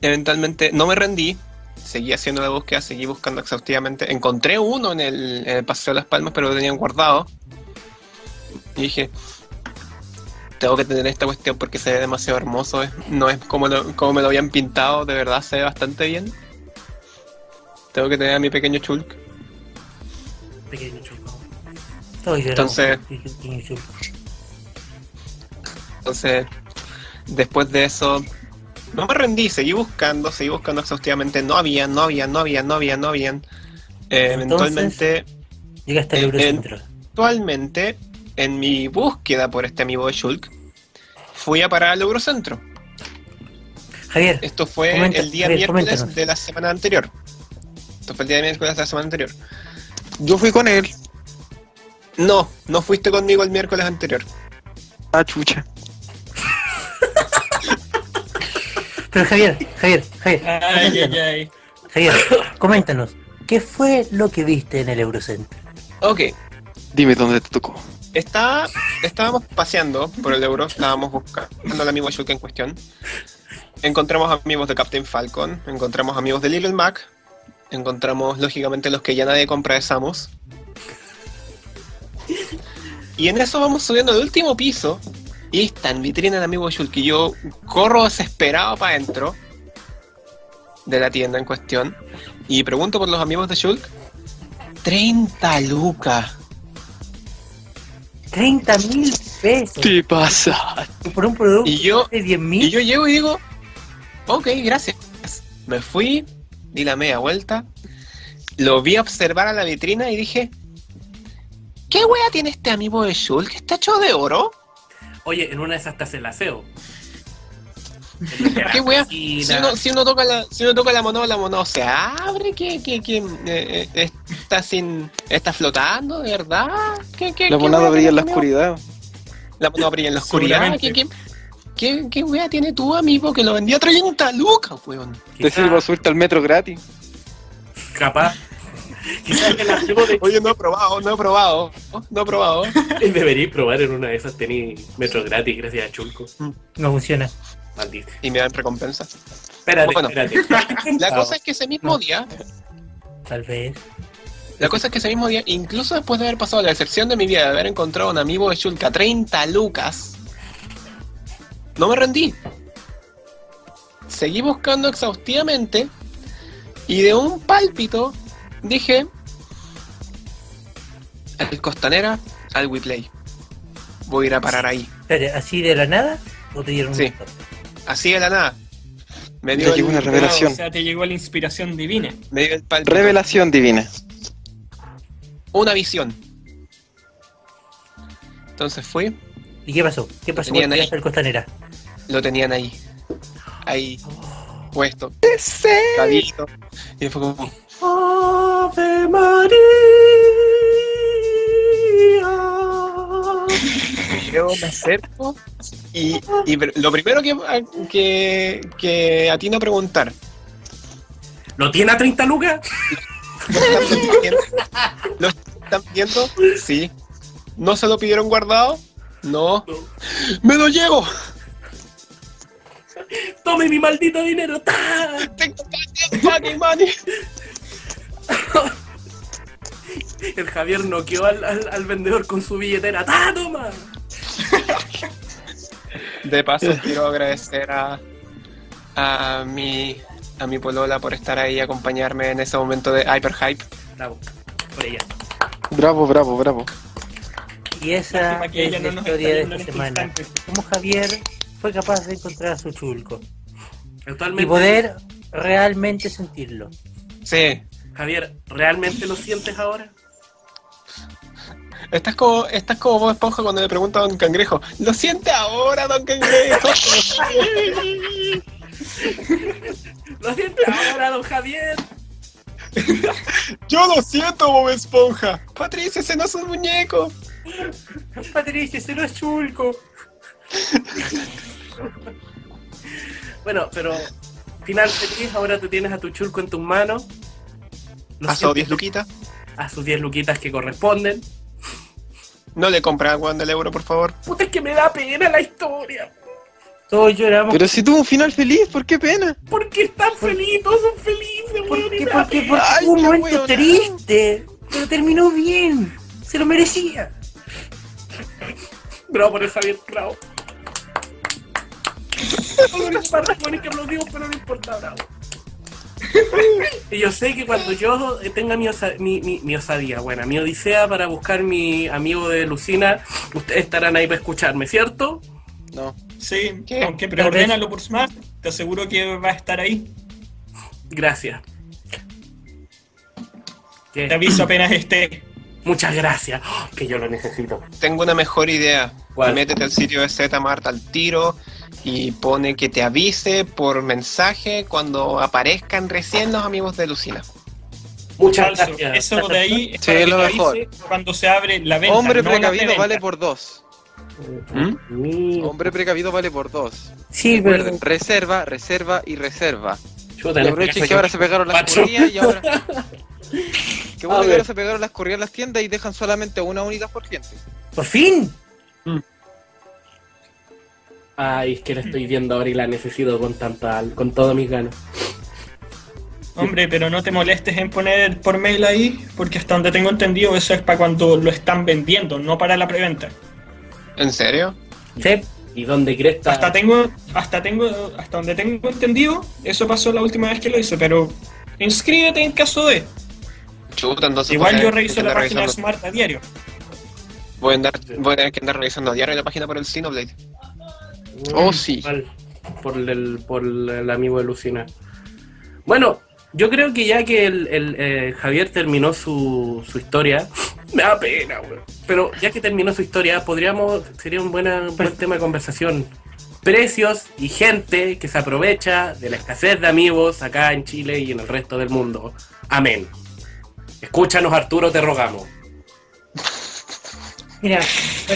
eventualmente no me rendí. Seguí haciendo la búsqueda, seguí buscando exhaustivamente. Encontré uno en el, en el Paseo de las Palmas, pero lo tenían guardado. Y dije, tengo que tener esta cuestión porque se ve demasiado hermoso. es- no es como, lo- como me lo habían pintado, de verdad se ve bastante bien. Tengo que tener a mi pequeño chulk.
Pequeño chulco. Todos lloramos.
Entonces-
Pequeño chulco.
Entonces, después de eso, no me rendí, seguí buscando, seguí buscando exhaustivamente. No había, no había, no había, no había, no había. eventualmente,
Llega hasta el
Eh,
Eurocentro.
actualmente, en mi búsqueda por este amigo de Shulk, fui a parar al Eurocentro.
Javier,
Esto fue
Comenta,
el día
Javier,
miércoles
coméntanos.
de la semana anterior. Esto fue el día miércoles de la semana anterior.
Yo fui con él.
No, no fuiste conmigo el miércoles anterior.
Ah, chucha.
pero Javier, Javier, Javier,
Ay, ay, ay.
Javier, coméntanos, ¿qué fue lo que viste en el Eurocentro?
Ok,
Dime dónde te tocó.
Estaba- estábamos paseando por el euro, estábamos buscando al amigo Shulk en cuestión. Encontramos amigos de Captain Falcon, encontramos amigos de Little Mac, encontramos lógicamente los que ya nadie compra de Samus. Y en eso vamos subiendo al último piso y está en vitrina el amigo Shulk y yo corro desesperado para adentro de la tienda en cuestión y pregunto por los amigos de Shulk. 30 lucas.
30 mil pesos
¿Qué pasa?
por un producto
Y yo
de 10
Y
mil.
yo llego y digo, ok, gracias. Me fui, di la media vuelta, lo vi observar a la vitrina y dije, ¿qué wea tiene este amigo de Shul que está hecho de oro?
Oye, en una de esas estás el aseo.
¿Qué wea?
Y
Si uno, si uno toca la, si uno toca la mono, la mono se abre, que, que, que eh, eh, está sin, está flotando, de verdad. ¿Qué, qué,
La
qué
monada
wea
brilla
tiene
en la
este amigo?
oscuridad.
La monada brilla en la oscuridad. ¿Qué,
Seguramente.
qué, qué, qué wea tiene tu amigo que lo vendía a 30 lucas, weón?
Te sirvo a subirte al metro gratis.
capaz. Quizás el aseo de
Oye, no he probado, no he probado, no he probado.
Debería probar en una de esas tení metro gratis gracias a Chulco.
No funciona.
Maldito.
Y me dan recompensa.
Espérate,
Bueno.
espérate.
La
Claro.
cosa es que ese mismo día,
Tal vez.
la cosa es que ese mismo día, incluso después de haber pasado la decepción de mi vida de haber encontrado un amigo de Shulka 30 lucas, no me rendí. Seguí buscando exhaustivamente y de un pálpito dije al Costanera, al WePlay. Voy a ir a parar ahí.
Espérate, ¿así de la nada? ¿O te dieron
Sí.
un montón?
Así de la nada. Me
Te
dio,
llegó una
el,
O
revelación.
sea, te llegó la inspiración divina.
me dio el pálpito.
Revelación divina.
una visión. Entonces fui,
¿Y qué pasó? ¿Qué pasó
Tenían
cuando
ahí.
llegaste al Costanera?
lo tenían ahí. Ahí, puesto. Cabito. Y fue como. ¡Ave María! Yo me acerco. Y, y pr- lo primero que, que, que atino a preguntar:
¿Lo tiene a 30 lucas?
¿Lo están viendo? Sí. ¿No se lo pidieron guardado? No. ¡Me lo llevo!
¡Tome mi maldito dinero! ¡Ta!
Take the fucking money!
El Javier noqueó al, al, al vendedor con su billetera. ¡Ta, toma!
De paso, quiero agradecer a, a mi a mi polola por estar ahí y acompañarme en ese momento de hyperhype.
Bravo. Por ella.
Bravo, bravo, bravo.
Y esa
Lástima que
es
ella
la
no nos está
historia de esta
viendo en este
semana.
instante.
Cómo Javier fue capaz de encontrar a su chulco
Actualmente,
y poder realmente sentirlo.
Sí.
Javier, ¿realmente lo sientes ahora?
Estás como, estás como Bob Esponja cuando le pregunta a Don Cangrejo. ¿Lo siente ahora, Don Cangrejo?
¿Lo sientes ahora, don Javier?
Yo lo siento, Bob Esponja. Patricia, ese no es un muñeco.
Patricio, se lo es chulco. bueno, pero final feliz, ahora tú tienes a tu chulco en tus manos. Lo
Pasó
siento,
10 luquitas.
a sus 10 luquitas que corresponden.
No le compra a Juan del euro, por favor.
Puta, es que me da pena la historia.
Todos lloramos.
Pero si tuvo un final feliz, ¿por qué pena?
¿Por qué están felices? Todos son felices,
¿Por
weón, y
qué?
me
¿Por
da
qué?
pena.
Porque
Ay,
fue un
qué
momento
hueonada.
triste, pero terminó bien. Se lo merecía.
Bravo por el Javier, bravo. Por el parte, bueno, es que aplaudimos, pero no importa, bravo. Y yo sé que cuando yo tenga mi, osa- mi, mi- mi osadía, bueno, mi odisea para buscar mi amigo de Lucina, ustedes estarán ahí para escucharme, ¿cierto?
No.
Sí,
¿Qué?
aunque preordénalo por Smart, te aseguro que va a estar ahí.
Gracias. ¿Qué?
Te aviso apenas esté.
Muchas gracias, ¡Oh! que yo lo necesito.
Tengo una mejor idea.
¿Cuál?
Métete al sitio de Z Marta al tiro y pone que te avise por mensaje cuando aparezcan recién los amigos de Lucina.
Muchas
Falso.
gracias.
Eso de ahí es
Sí,
para
es
que
lo
te
mejor.
avise cuando se abre la venta.
Hombre
no la
precavido
preventa.
vale por dos.
¿Mm?
Mi-
Hombre precavido vale por dos.
Sí, pero
Recuerden, reserva, reserva y reserva. Y
Chuta, en este
aprovechen
caso
que
yo-
ahora se pegaron las
Macho.
corridas y ahora. Que bueno
A
que
ver.
ahora se pegaron las corridas las tiendas y dejan solamente una unidad por cliente.
por fin.
Ay, es que la estoy viendo ahora y la necesito con tanta, con todas mis ganas.
Hombre, pero no te molestes en poner por mail ahí, porque hasta donde tengo entendido eso es para cuando lo están vendiendo, no para la preventa.
¿En serio?
Sí.
¿Y dónde crees que
Hasta tengo, hasta tengo, hasta donde tengo entendido, eso pasó la última vez que lo hice, pero inscríbete en caso de.
Chuta, entonces.
Igual
voy a-
yo
voy a
reviso la
andar
página de
revisando-
Smart a diario.
Voy a, andar, voy a tener que andar revisando a diario la página por el Sinoblade.
Oh, sí.
Mal, por el, por el, el amigo de Lucina. Bueno, yo creo que ya que el, el, eh, Javier terminó su, su historia, me da pena, güey. Pero ya que terminó su historia, podríamos, sería un buena, buen tema de conversación. Precios y gente que se aprovecha de la escasez de amigos acá en Chile y en el resto del mundo. Amén. Escúchanos, Arturo, te rogamos.
Mira,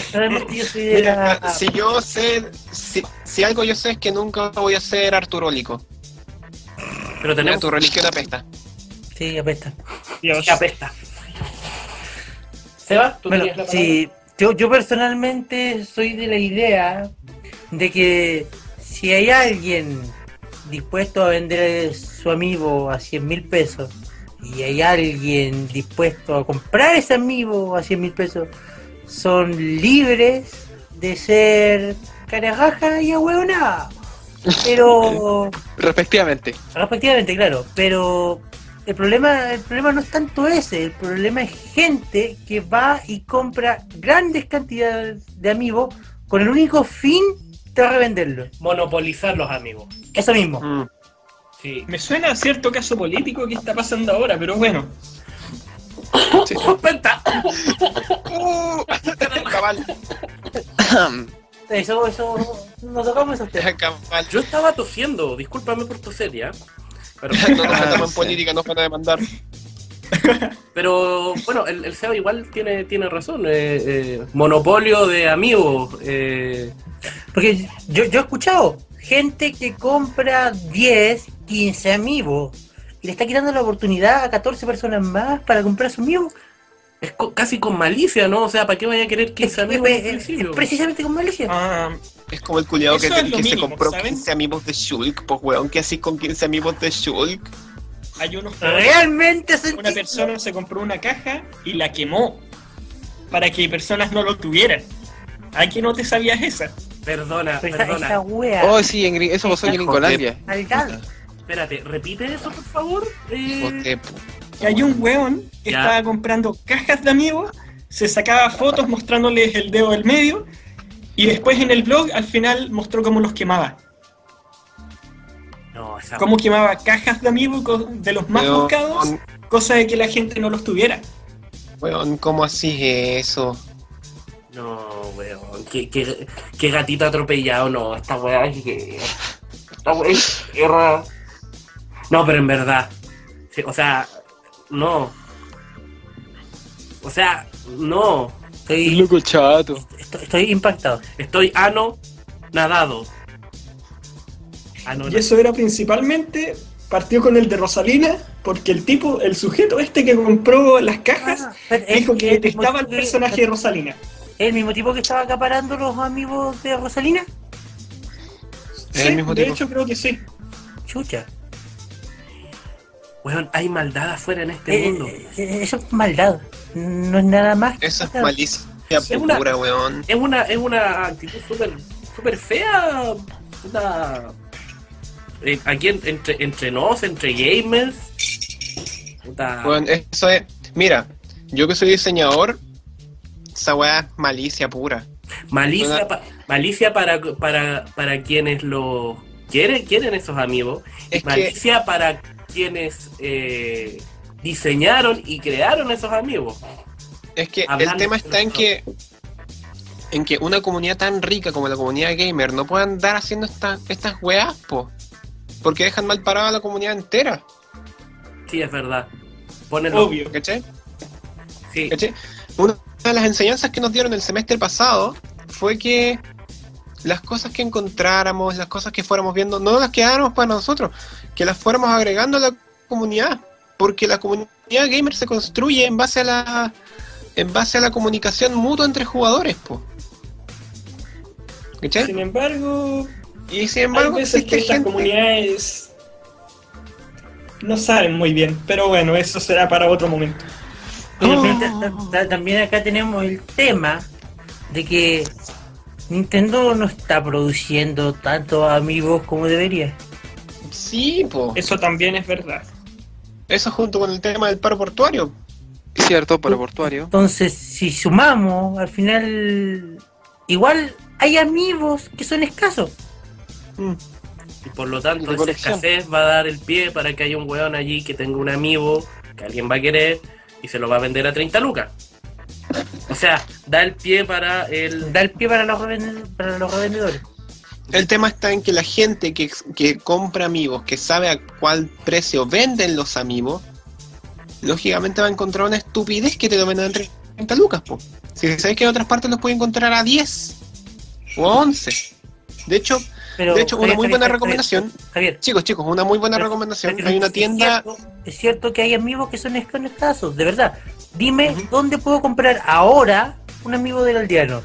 sabemos que yo soy de la.
Mira, si yo sé. Si, si algo yo sé es que nunca voy a ser arturólico.
Pero tenemos
Tu religión apesta.
Sí, apesta.
que apesta. Seba, tú
Bueno,
tenías la palabra.
sí, yo, yo personalmente soy de la idea de que si hay alguien dispuesto a vender a su amigo a 100 mil pesos y hay alguien dispuesto a comprar ese amigo a 100 mil pesos, son libres de ser carajaja y ahueonada. Pero
Respectivamente.
Respectivamente, claro, pero el problema, el problema no es tanto ese, el problema es gente que va y compra grandes cantidades de amigos con el único fin de revenderlo.
monopolizar los amigos.
Eso mismo.
Mm.
Sí.
Me suena a cierto caso político que está pasando ahora, pero bueno.
Sí.
Penta.
Uh, cabal,
Eso, eso, nos tocamos esos temas.
cabal.
Yo estaba tosiendo, discúlpame por toser ya. Pero,
No nos metamos
Ah, sí.
en política, nos van a demandar.
pero, bueno, el, el Seba igual tiene, tiene razón. eh, eh, monopolio de amigos. eh,
Porque yo, yo he escuchado gente que compra 10, 15 amigos y y le está quitando la oportunidad a 14 personas más para comprar sus amigos.
Es co- casi con malicia, ¿no? O sea, ¿para qué vaya a querer
Es,
15 amigos?
es-
al
es-
principio?
es precisamente como Malicia.
Ah,
Es como el culiado que,
Eso es
que
lo
se
mínimo,
compró
¿saben?
15 amigos de Shulk. Pues weón, que así con 15 amigos de Shulk.
hay unos juegos
Realmente
que una
sentí-
persona se compró una caja y la quemó para que personas no lo tuvieran. Aquí no te sabías esa.
Perdona,
Pero esa,
perdona.
esa wea.
Oh, sí, en Gring- eso pasó en Gringolandia.
Maldad.
Espérate, repite eso, por favor.
Hijo
Eh,
de pu-
Que hay un weón que
Ya.
estaba comprando cajas de amigos, se sacaba fotos mostrándoles el dedo del medio y después en el blog al final mostró cómo los quemaba.
No, esa
Cómo quemaba cajas de amigos co- de los más
Weón,
buscados, cosa de que la gente no los tuviera.
Weón, ¿cómo así es eso?
no, weón. Qué, qué- qué gatito atropellado, no. Esta weá es que. Esta weá es guerra. No, pero en verdad. sí, o sea, no. O sea, no.
Estoy,
Loco chato.
estoy, estoy impactado.
Estoy ano nadado. Ano
Y eso era principalmente, partió con el de Rosalina, porque el tipo, el sujeto este que compró las cajas,
Ah, pero es-
dijo que
es el mismo
detestaba el
tipo que-
personaje de Rosalina.
¿El mismo tipo que estaba acaparando los amigos de Rosalina?
¿Es
Sí,
el mismo
de
tipo?
hecho creo que sí.
Chucha.
Weón, hay maldad afuera en este
Eh,
mundo.
eh, eso es maldad. No es nada más. que
Eso es
maldad.
malicia
Es una-
pura, weón.
Es una, es una actitud súper súper fea. puta. Eh, aquí en- entre, entre nos, entre gamers. Puta.
Weón, eso es. Mira, yo que soy diseñador, esa weá es malicia pura.
malicia
weón.
pa- malicia para, para, para quienes lo quieren, quieren esos amigos.
Es que,
malicia para quienes eh, diseñaron y crearon esos amigos.
es que el
hablando
tema
de
está en
eso.
que. En que una comunidad tan rica como la comunidad gamer no puede andar haciendo esta- estas weas, po. Porque dejan mal parada a la comunidad entera.
Sí, es verdad. Ponenlo.
Obvio.
¿Cachai?
Sí.
¿Cachai? Una de las enseñanzas que nos dieron el semestre pasado fue que las cosas que encontráramos, las cosas que fuéramos viendo, no las quedáramos para nosotros, que las fuéramos agregando a la comunidad, porque la comunidad gamer se construye en base a la en base a la comunicación mutua entre jugadores, po. ¿Cachai?
Sin embargo,
Y sin
hay
embargo
veces que
existe
estas
gente.
comunidades no saben muy bien, pero bueno, eso será para otro momento.
Y también, ta- ta- también acá tenemos el tema de que Nintendo no está produciendo tantos amigos como debería.
Sí, po.
Eso también es verdad.
Eso junto con el tema del paro portuario.
Cierto, para portuario.
Entonces, si sumamos, al final, igual hay amigos que son escasos.
Mm.
Y por lo tanto,
De
esa
colección.
escasez va a dar el pie para que haya un weón allí que tenga un amigo que alguien va a querer y se lo va a vender a 30 lucas. O sea, da el pie para el.
Da el pie para los, revend- para los revendedores.
El tema está en que la gente que, que compra amigos, que sabe a cuál precio venden los amigos, lógicamente va a encontrar una estupidez que te lo vendan en 30 lucas, po. Si sabes que en otras partes los puede encontrar a 10 o a 11. De hecho,
Pero,
de hecho una
Javier,
muy
Javier,
buena
Javier,
recomendación,
Javier,
chicos, chicos, una muy buena
Pero-
recomendación.
pero
Hay una
es
tienda,
cierto- es cierto que hay amigos que son esca- escasos, de verdad. Dime dónde puedo comprar ahora un amigo del aldeano.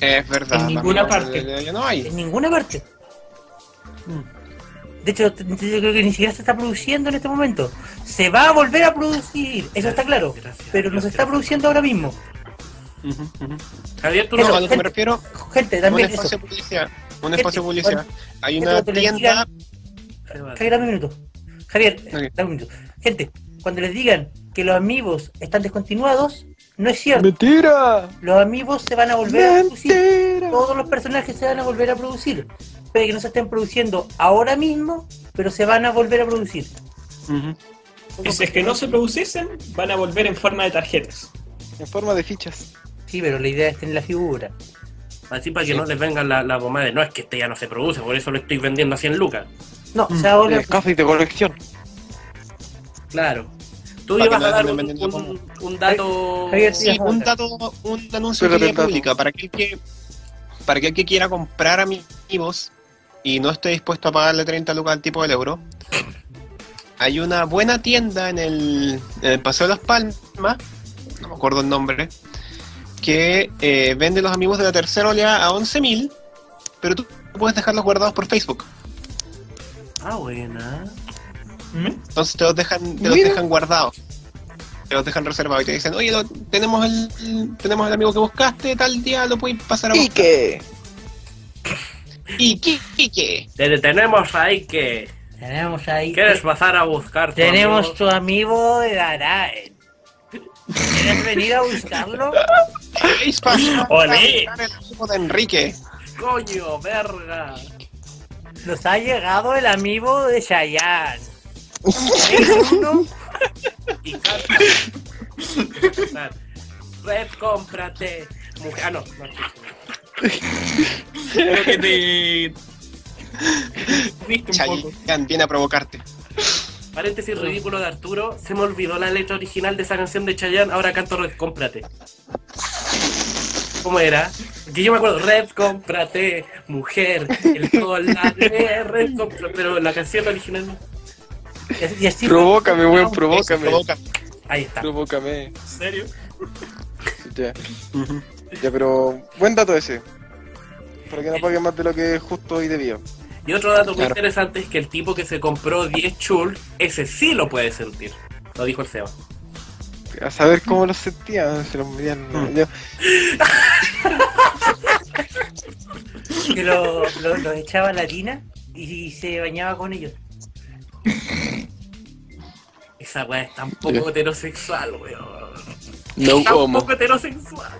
es verdad,
en ninguna
amigos,
parte.
ya- ya no hay.
En ninguna parte. Mm. De hecho, t- t- yo creo que ni siquiera se está produciendo en este momento. Se va a volver a producir, eso está claro.
Gracias,
Pero no se
gracias.
está produciendo ahora mismo.
Ujú, ujú.
Javier, tú
No,
no.
a lo que me refiero,
Gente,
un
también
espacio
eso.
de publicidad. Un espacio de
Gente,
publicidad. Hay
gente,
una
cuando les digan-
tienda
Javier, dame un minuto. Javier,
Ok.
dame un minuto. Gente, cuando les digan que los amigos están descontinuados, no es cierto.
¡Mentira!
Los amigos se van a volver a producir.
¡Mentira!
Todos los personajes se van a volver a producir. Puede que no se estén produciendo ahora mismo, pero se van a volver a producir.
Ujú.
Y si es que no se produciesen, van a volver en forma de tarjetas.
En forma de fichas.
Sí, pero la idea es tener la figura.
Así para que no les venga la, la goma de. No, es que este ya no se produce, por eso lo estoy vendiendo a 100 lucas.
No, o sea, ahora
Eh, casi de colección.
Claro. Tú
Para
ibas
que
a
no
dar
anden
un,
vendiendo
un-
como-
un dato.
Javier, sí.
Sí, un dato, un anuncio
Pero
de
del dato.
pública para aquel que para aquel que quiera comprar amigos y no esté dispuesto a pagarle 30 lucas al tipo del euro. Hay una buena tienda en el, en el Paseo de las Palmas, no me acuerdo el nombre, que eh, vende los amigos de la tercera oleada a 11.000, pero tú puedes dejarlos guardados por Facebook.
Ah, buena.
¿Mm?
Entonces te los dejan, te los
Mira.
dejan guardados. Te los dejan reservados y te dicen, oye, lo- tenemos, el, tenemos el amigo que buscaste, tal día lo puedes pasar a buscar.
Quique.
¿Y qué? ¿Y qué?
Te- Tenemos ahí que.
Tenemos ahí.
¿Quieres pasar a buscar? tu
Tenemos
amigo?
tu amigo de Daraen. ¿Quieres venir a buscarlo?
¿Qué es pasar a
Olé.
buscar el amigo de Enrique?
Coño, verga.
Nos ha llegado el amigo de Shayan. ¿Es uno?
Y canta. Red, cómprate. Mujer. Ah, no. no,
Creo que te. Viste un poco.
Chayanne viene a provocarte.
Paréntesis ridículo de Arturo. Se me olvidó la letra original de esa canción de Chayanne. Ahora canto Red, cómprate. ¿Cómo era? Que yo me acuerdo, Red, cómprate, mujer, el dólar, eh, Red, cómprate. Pero la canción original no.
Y- y así fue.
Provócame, weón, provócame.
Provoca.
Ahí está.
Provócame.
¿En serio?
Ya. Ya, pero buen dato ese. Para que no pague más de lo que es justo y debido.
Y otro dato muy
Claro.
interesante es que el tipo que se compró 10 chul, ese sí lo puede sentir. Lo dijo el Seba.
A saber cómo lo sentía, se lo medían.
Hmm.
Mm.
Yo-
que lo- lo- los echaba a la tina y se bañaba con ellos.
Esa weá es tan poco
Ya.
heterosexual, weón.
No
tan
homo.
poco heterosexual.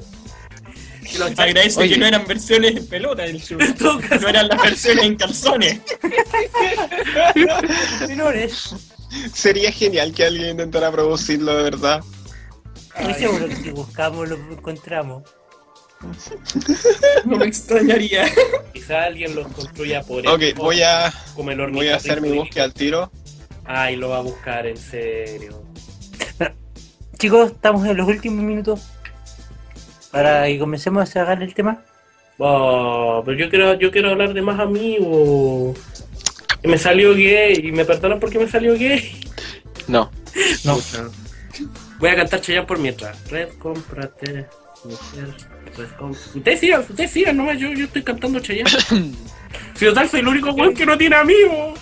Y los
Te agradezco
Oye.
que no eran versiones en pelota del sur.
En todo caso,
No eran las versiones en calzones.
Menores.
Sería genial que alguien intentara producirlo de verdad.
Estoy seguro que si buscamos lo encontramos.
No me extrañaría.
quizá alguien los construya por
Ok,
él,
voy a,
como el
voy a hacer mi
ornitorrinco.
búsqueda al tiro.
Ay, lo va a buscar, en serio.
Chicos, estamos en los últimos minutos para que comencemos a cerrar el tema.
Oh, pero yo quiero, yo quiero hablar de más amigos. Y me salió gay. Y me perdonan porque me salió gay.
No.
No.
Voy a cantar Chayanne por mientras. Red, cómprate. Mujer, red, cómprate. Ustedes sigan, ustedes sigan nomás. Yo, yo estoy cantando Chayanne. si total soy el único weón que no tiene amigos.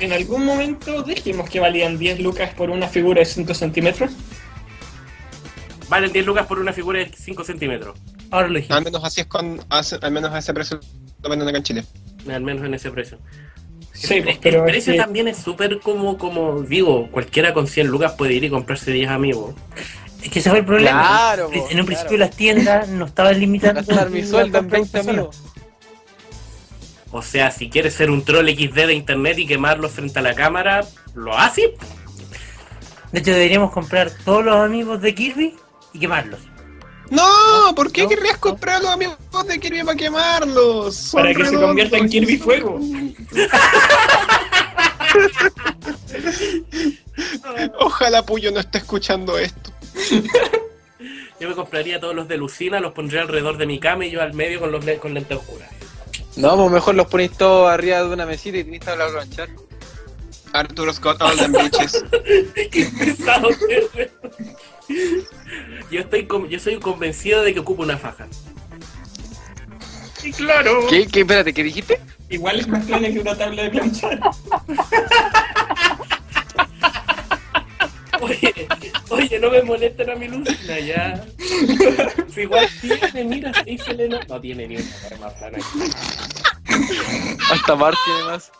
En algún momento dijimos que valían 10 lucas por una figura de 5 centímetros.
Valen 10 lucas por una figura de 5 centímetros.
Ahora lo dijimos.
Al menos así es con. hace- al menos a ese precio lo venden acá en Chile.
Al menos en ese precio.
Sí, pues,
Es que
pero
el precio
es que-
también es súper como, como digo, cualquiera con 100 lucas puede ir y comprarse 10 amigos.
Es que ese fue el problema.
Claro, po,
en un principio
claro.
las tiendas no estaban limitando.
Gastar mi
la
sueldo en
compra de
20
personas.
amigos.
O sea, si quieres ser un troll XD de internet y quemarlo frente a la cámara, lo haces.
De hecho, deberíamos comprar todos los amigos de Kirby y quemarlos.
¡No! ¿Por qué
no,
querrías
no.
comprar a los amigos de Kirby para quemarlos? Son
Para que se
redondos.
convierta en Kirby Fuego.
Ojalá Puyo no esté escuchando esto.
Yo me compraría todos los de Lucina, los pondría alrededor de mi cama y yo al medio con los le- con lentes oscuras.
No, pues mejor los ponéis todos arriba de una mesita y tenéis que hablar con chat.
Arturo Scott, all them bitches.
Qué pesado que es. yo estoy con- yo soy convencido de que ocupo una faja.
Sí, claro.
¿Qué, qué, espérate, ¿qué dijiste?
Igual es más plana que una tabla de planchar.
Oye, oye, no me molesten a mi Lucina ya. Si igual tiene, mira, sí se le no. No tiene ni una cara más plana que-
Hasta Mark tiene más.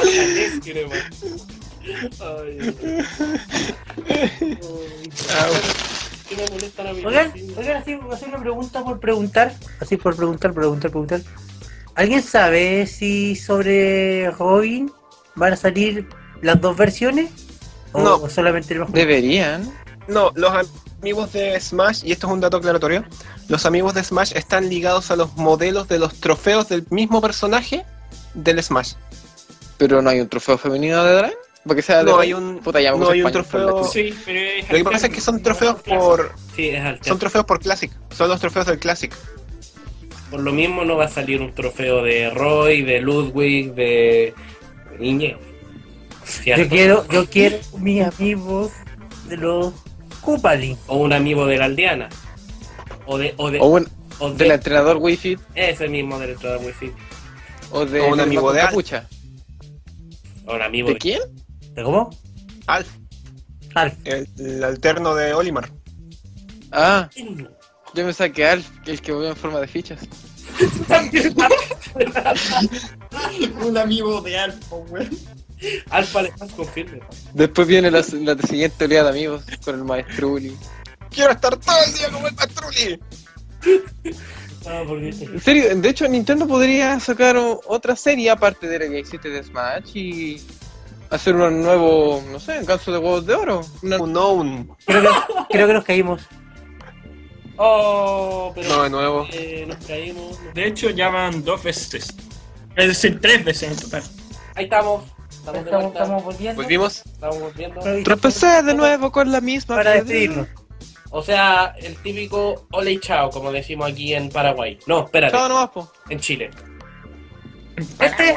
Alex tiene más. Ay, ¿Qué me molestan a mi
Oigan,
Lucina?
oigan, así, así una pregunta por preguntar. Así por preguntar, preguntar, preguntar. ¿Alguien sabe si sobre Robin van a salir las dos versiones? ¿O
No.
o solamente el más
Deberían.
No, los amigos de Smash, y esto es un dato aclaratorio, los amigos de Smash están ligados a los modelos de los trofeos del mismo personaje del Smash.
Pero no hay un trofeo femenino de Drive. Porque sea de
No
Drive.
hay un,
Puta, ya me
no
puse
hay un
español por la
trofeo...
chucha.
Sí, pero es
Lo que pasa es que son trofeos por...
Sí, es al
Son trofeos por Classic, son los trofeos del Classic.
Por lo mismo no va a salir un trofeo de Roy, de Ludwig, de Niñe.
Yo quiero, yo quiero mis amigos de los Koopalin.
O un amigo de la aldeana. O de... O de,
O un-
o de-
del entrenador Wi-Fi
Ese mismo del entrenador Wi-Fi.
o de
O un amigo de Al.
Capucha.
O un amigo
¿De quién?
¿De cómo?
Alf,
Alf.
el, el alterno de Olimar.
Ah, yo me saqué al el que voy en forma de fichas.
Un amigo de Alfa, weón.
Alfa le estás confirme.
Después viene la, la siguiente oleada de amigos con el maestro Uli.
Quiero estar todo el día como el Pastrulli.
Ah, porque
En serio, de hecho Nintendo podría sacar o- otra serie aparte de la que existe de Smash y hacer un nuevo, no sé, ganso de huevos de oro. Una-
Unknown.
Creo que, creo que nos caímos.
Oh, pero
No, de nuevo.
eh, nos caímos.
De hecho, ya van dos veces. Es decir, tres veces en total.
Ahí estamos. Estamos de
Estamos,
vuelta.
estamos volviendo.
Volvimos.
Estamos volviendo.
Tropecé de nuevo con la misma.
Para
piedra.
despedirnos.
O sea, el típico ole y chao, como decimos aquí en Paraguay. No, espérate,
Chao nomás, po.
en Chile.
Este,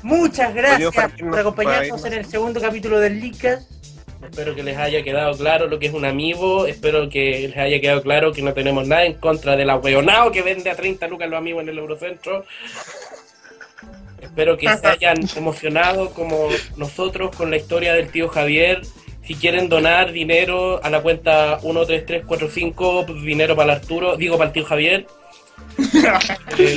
muchas gracias
Volvimos para irnos,
por acompañarnos
para
en
irnos.
el segundo capítulo del Licas.
Espero que les haya quedado claro lo que es un amigo. Espero que les haya quedado claro que no tenemos nada en contra de la weonao que vende a 30 lucas los amigos en el Eurocentro. Espero que se hayan emocionado como nosotros con la historia del tío Javier. Si quieren donar dinero a la cuenta 13345, dinero para el Arturo, digo para el tío Javier. Eh,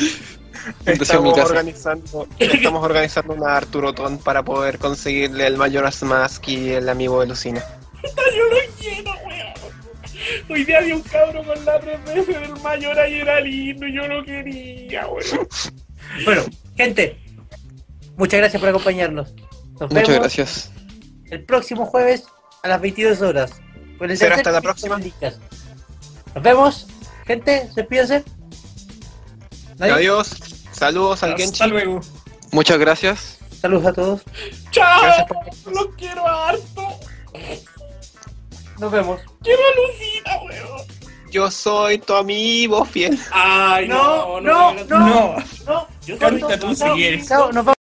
Entonces, en mi
Estamos
casa.
organizando, estamos organizando una Arturotón para poder conseguirle el Majora's Mask y el amigo de Lucina.
Yo no quiero, weón. Hoy día había un cabro con la 3 del mayor ayer era lindo, yo no quería, weón.
Bueno, gente, muchas gracias por acompañarnos. Nos
Muchas
vemos
gracias.
el próximo jueves a las 22 horas. con el
Será
tercer
hasta la
capítulo
próxima.
del Licas. Nos vemos, gente, despídense. Nadie.
Adiós. Saludos al
Hasta
Genshin.
luego.
Muchas gracias.
Saludos a todos.
¡Chao!
Gracias por-
¡Lo quiero harto!
Nos vemos.
¡Quiero a Lucina, weón!
Yo soy tu amigo fiel.
¡Ay,
No,
no,
no,
no!
no.
No.
No,
Yo soy
Canta tú si quieres.
chao, nos vamos.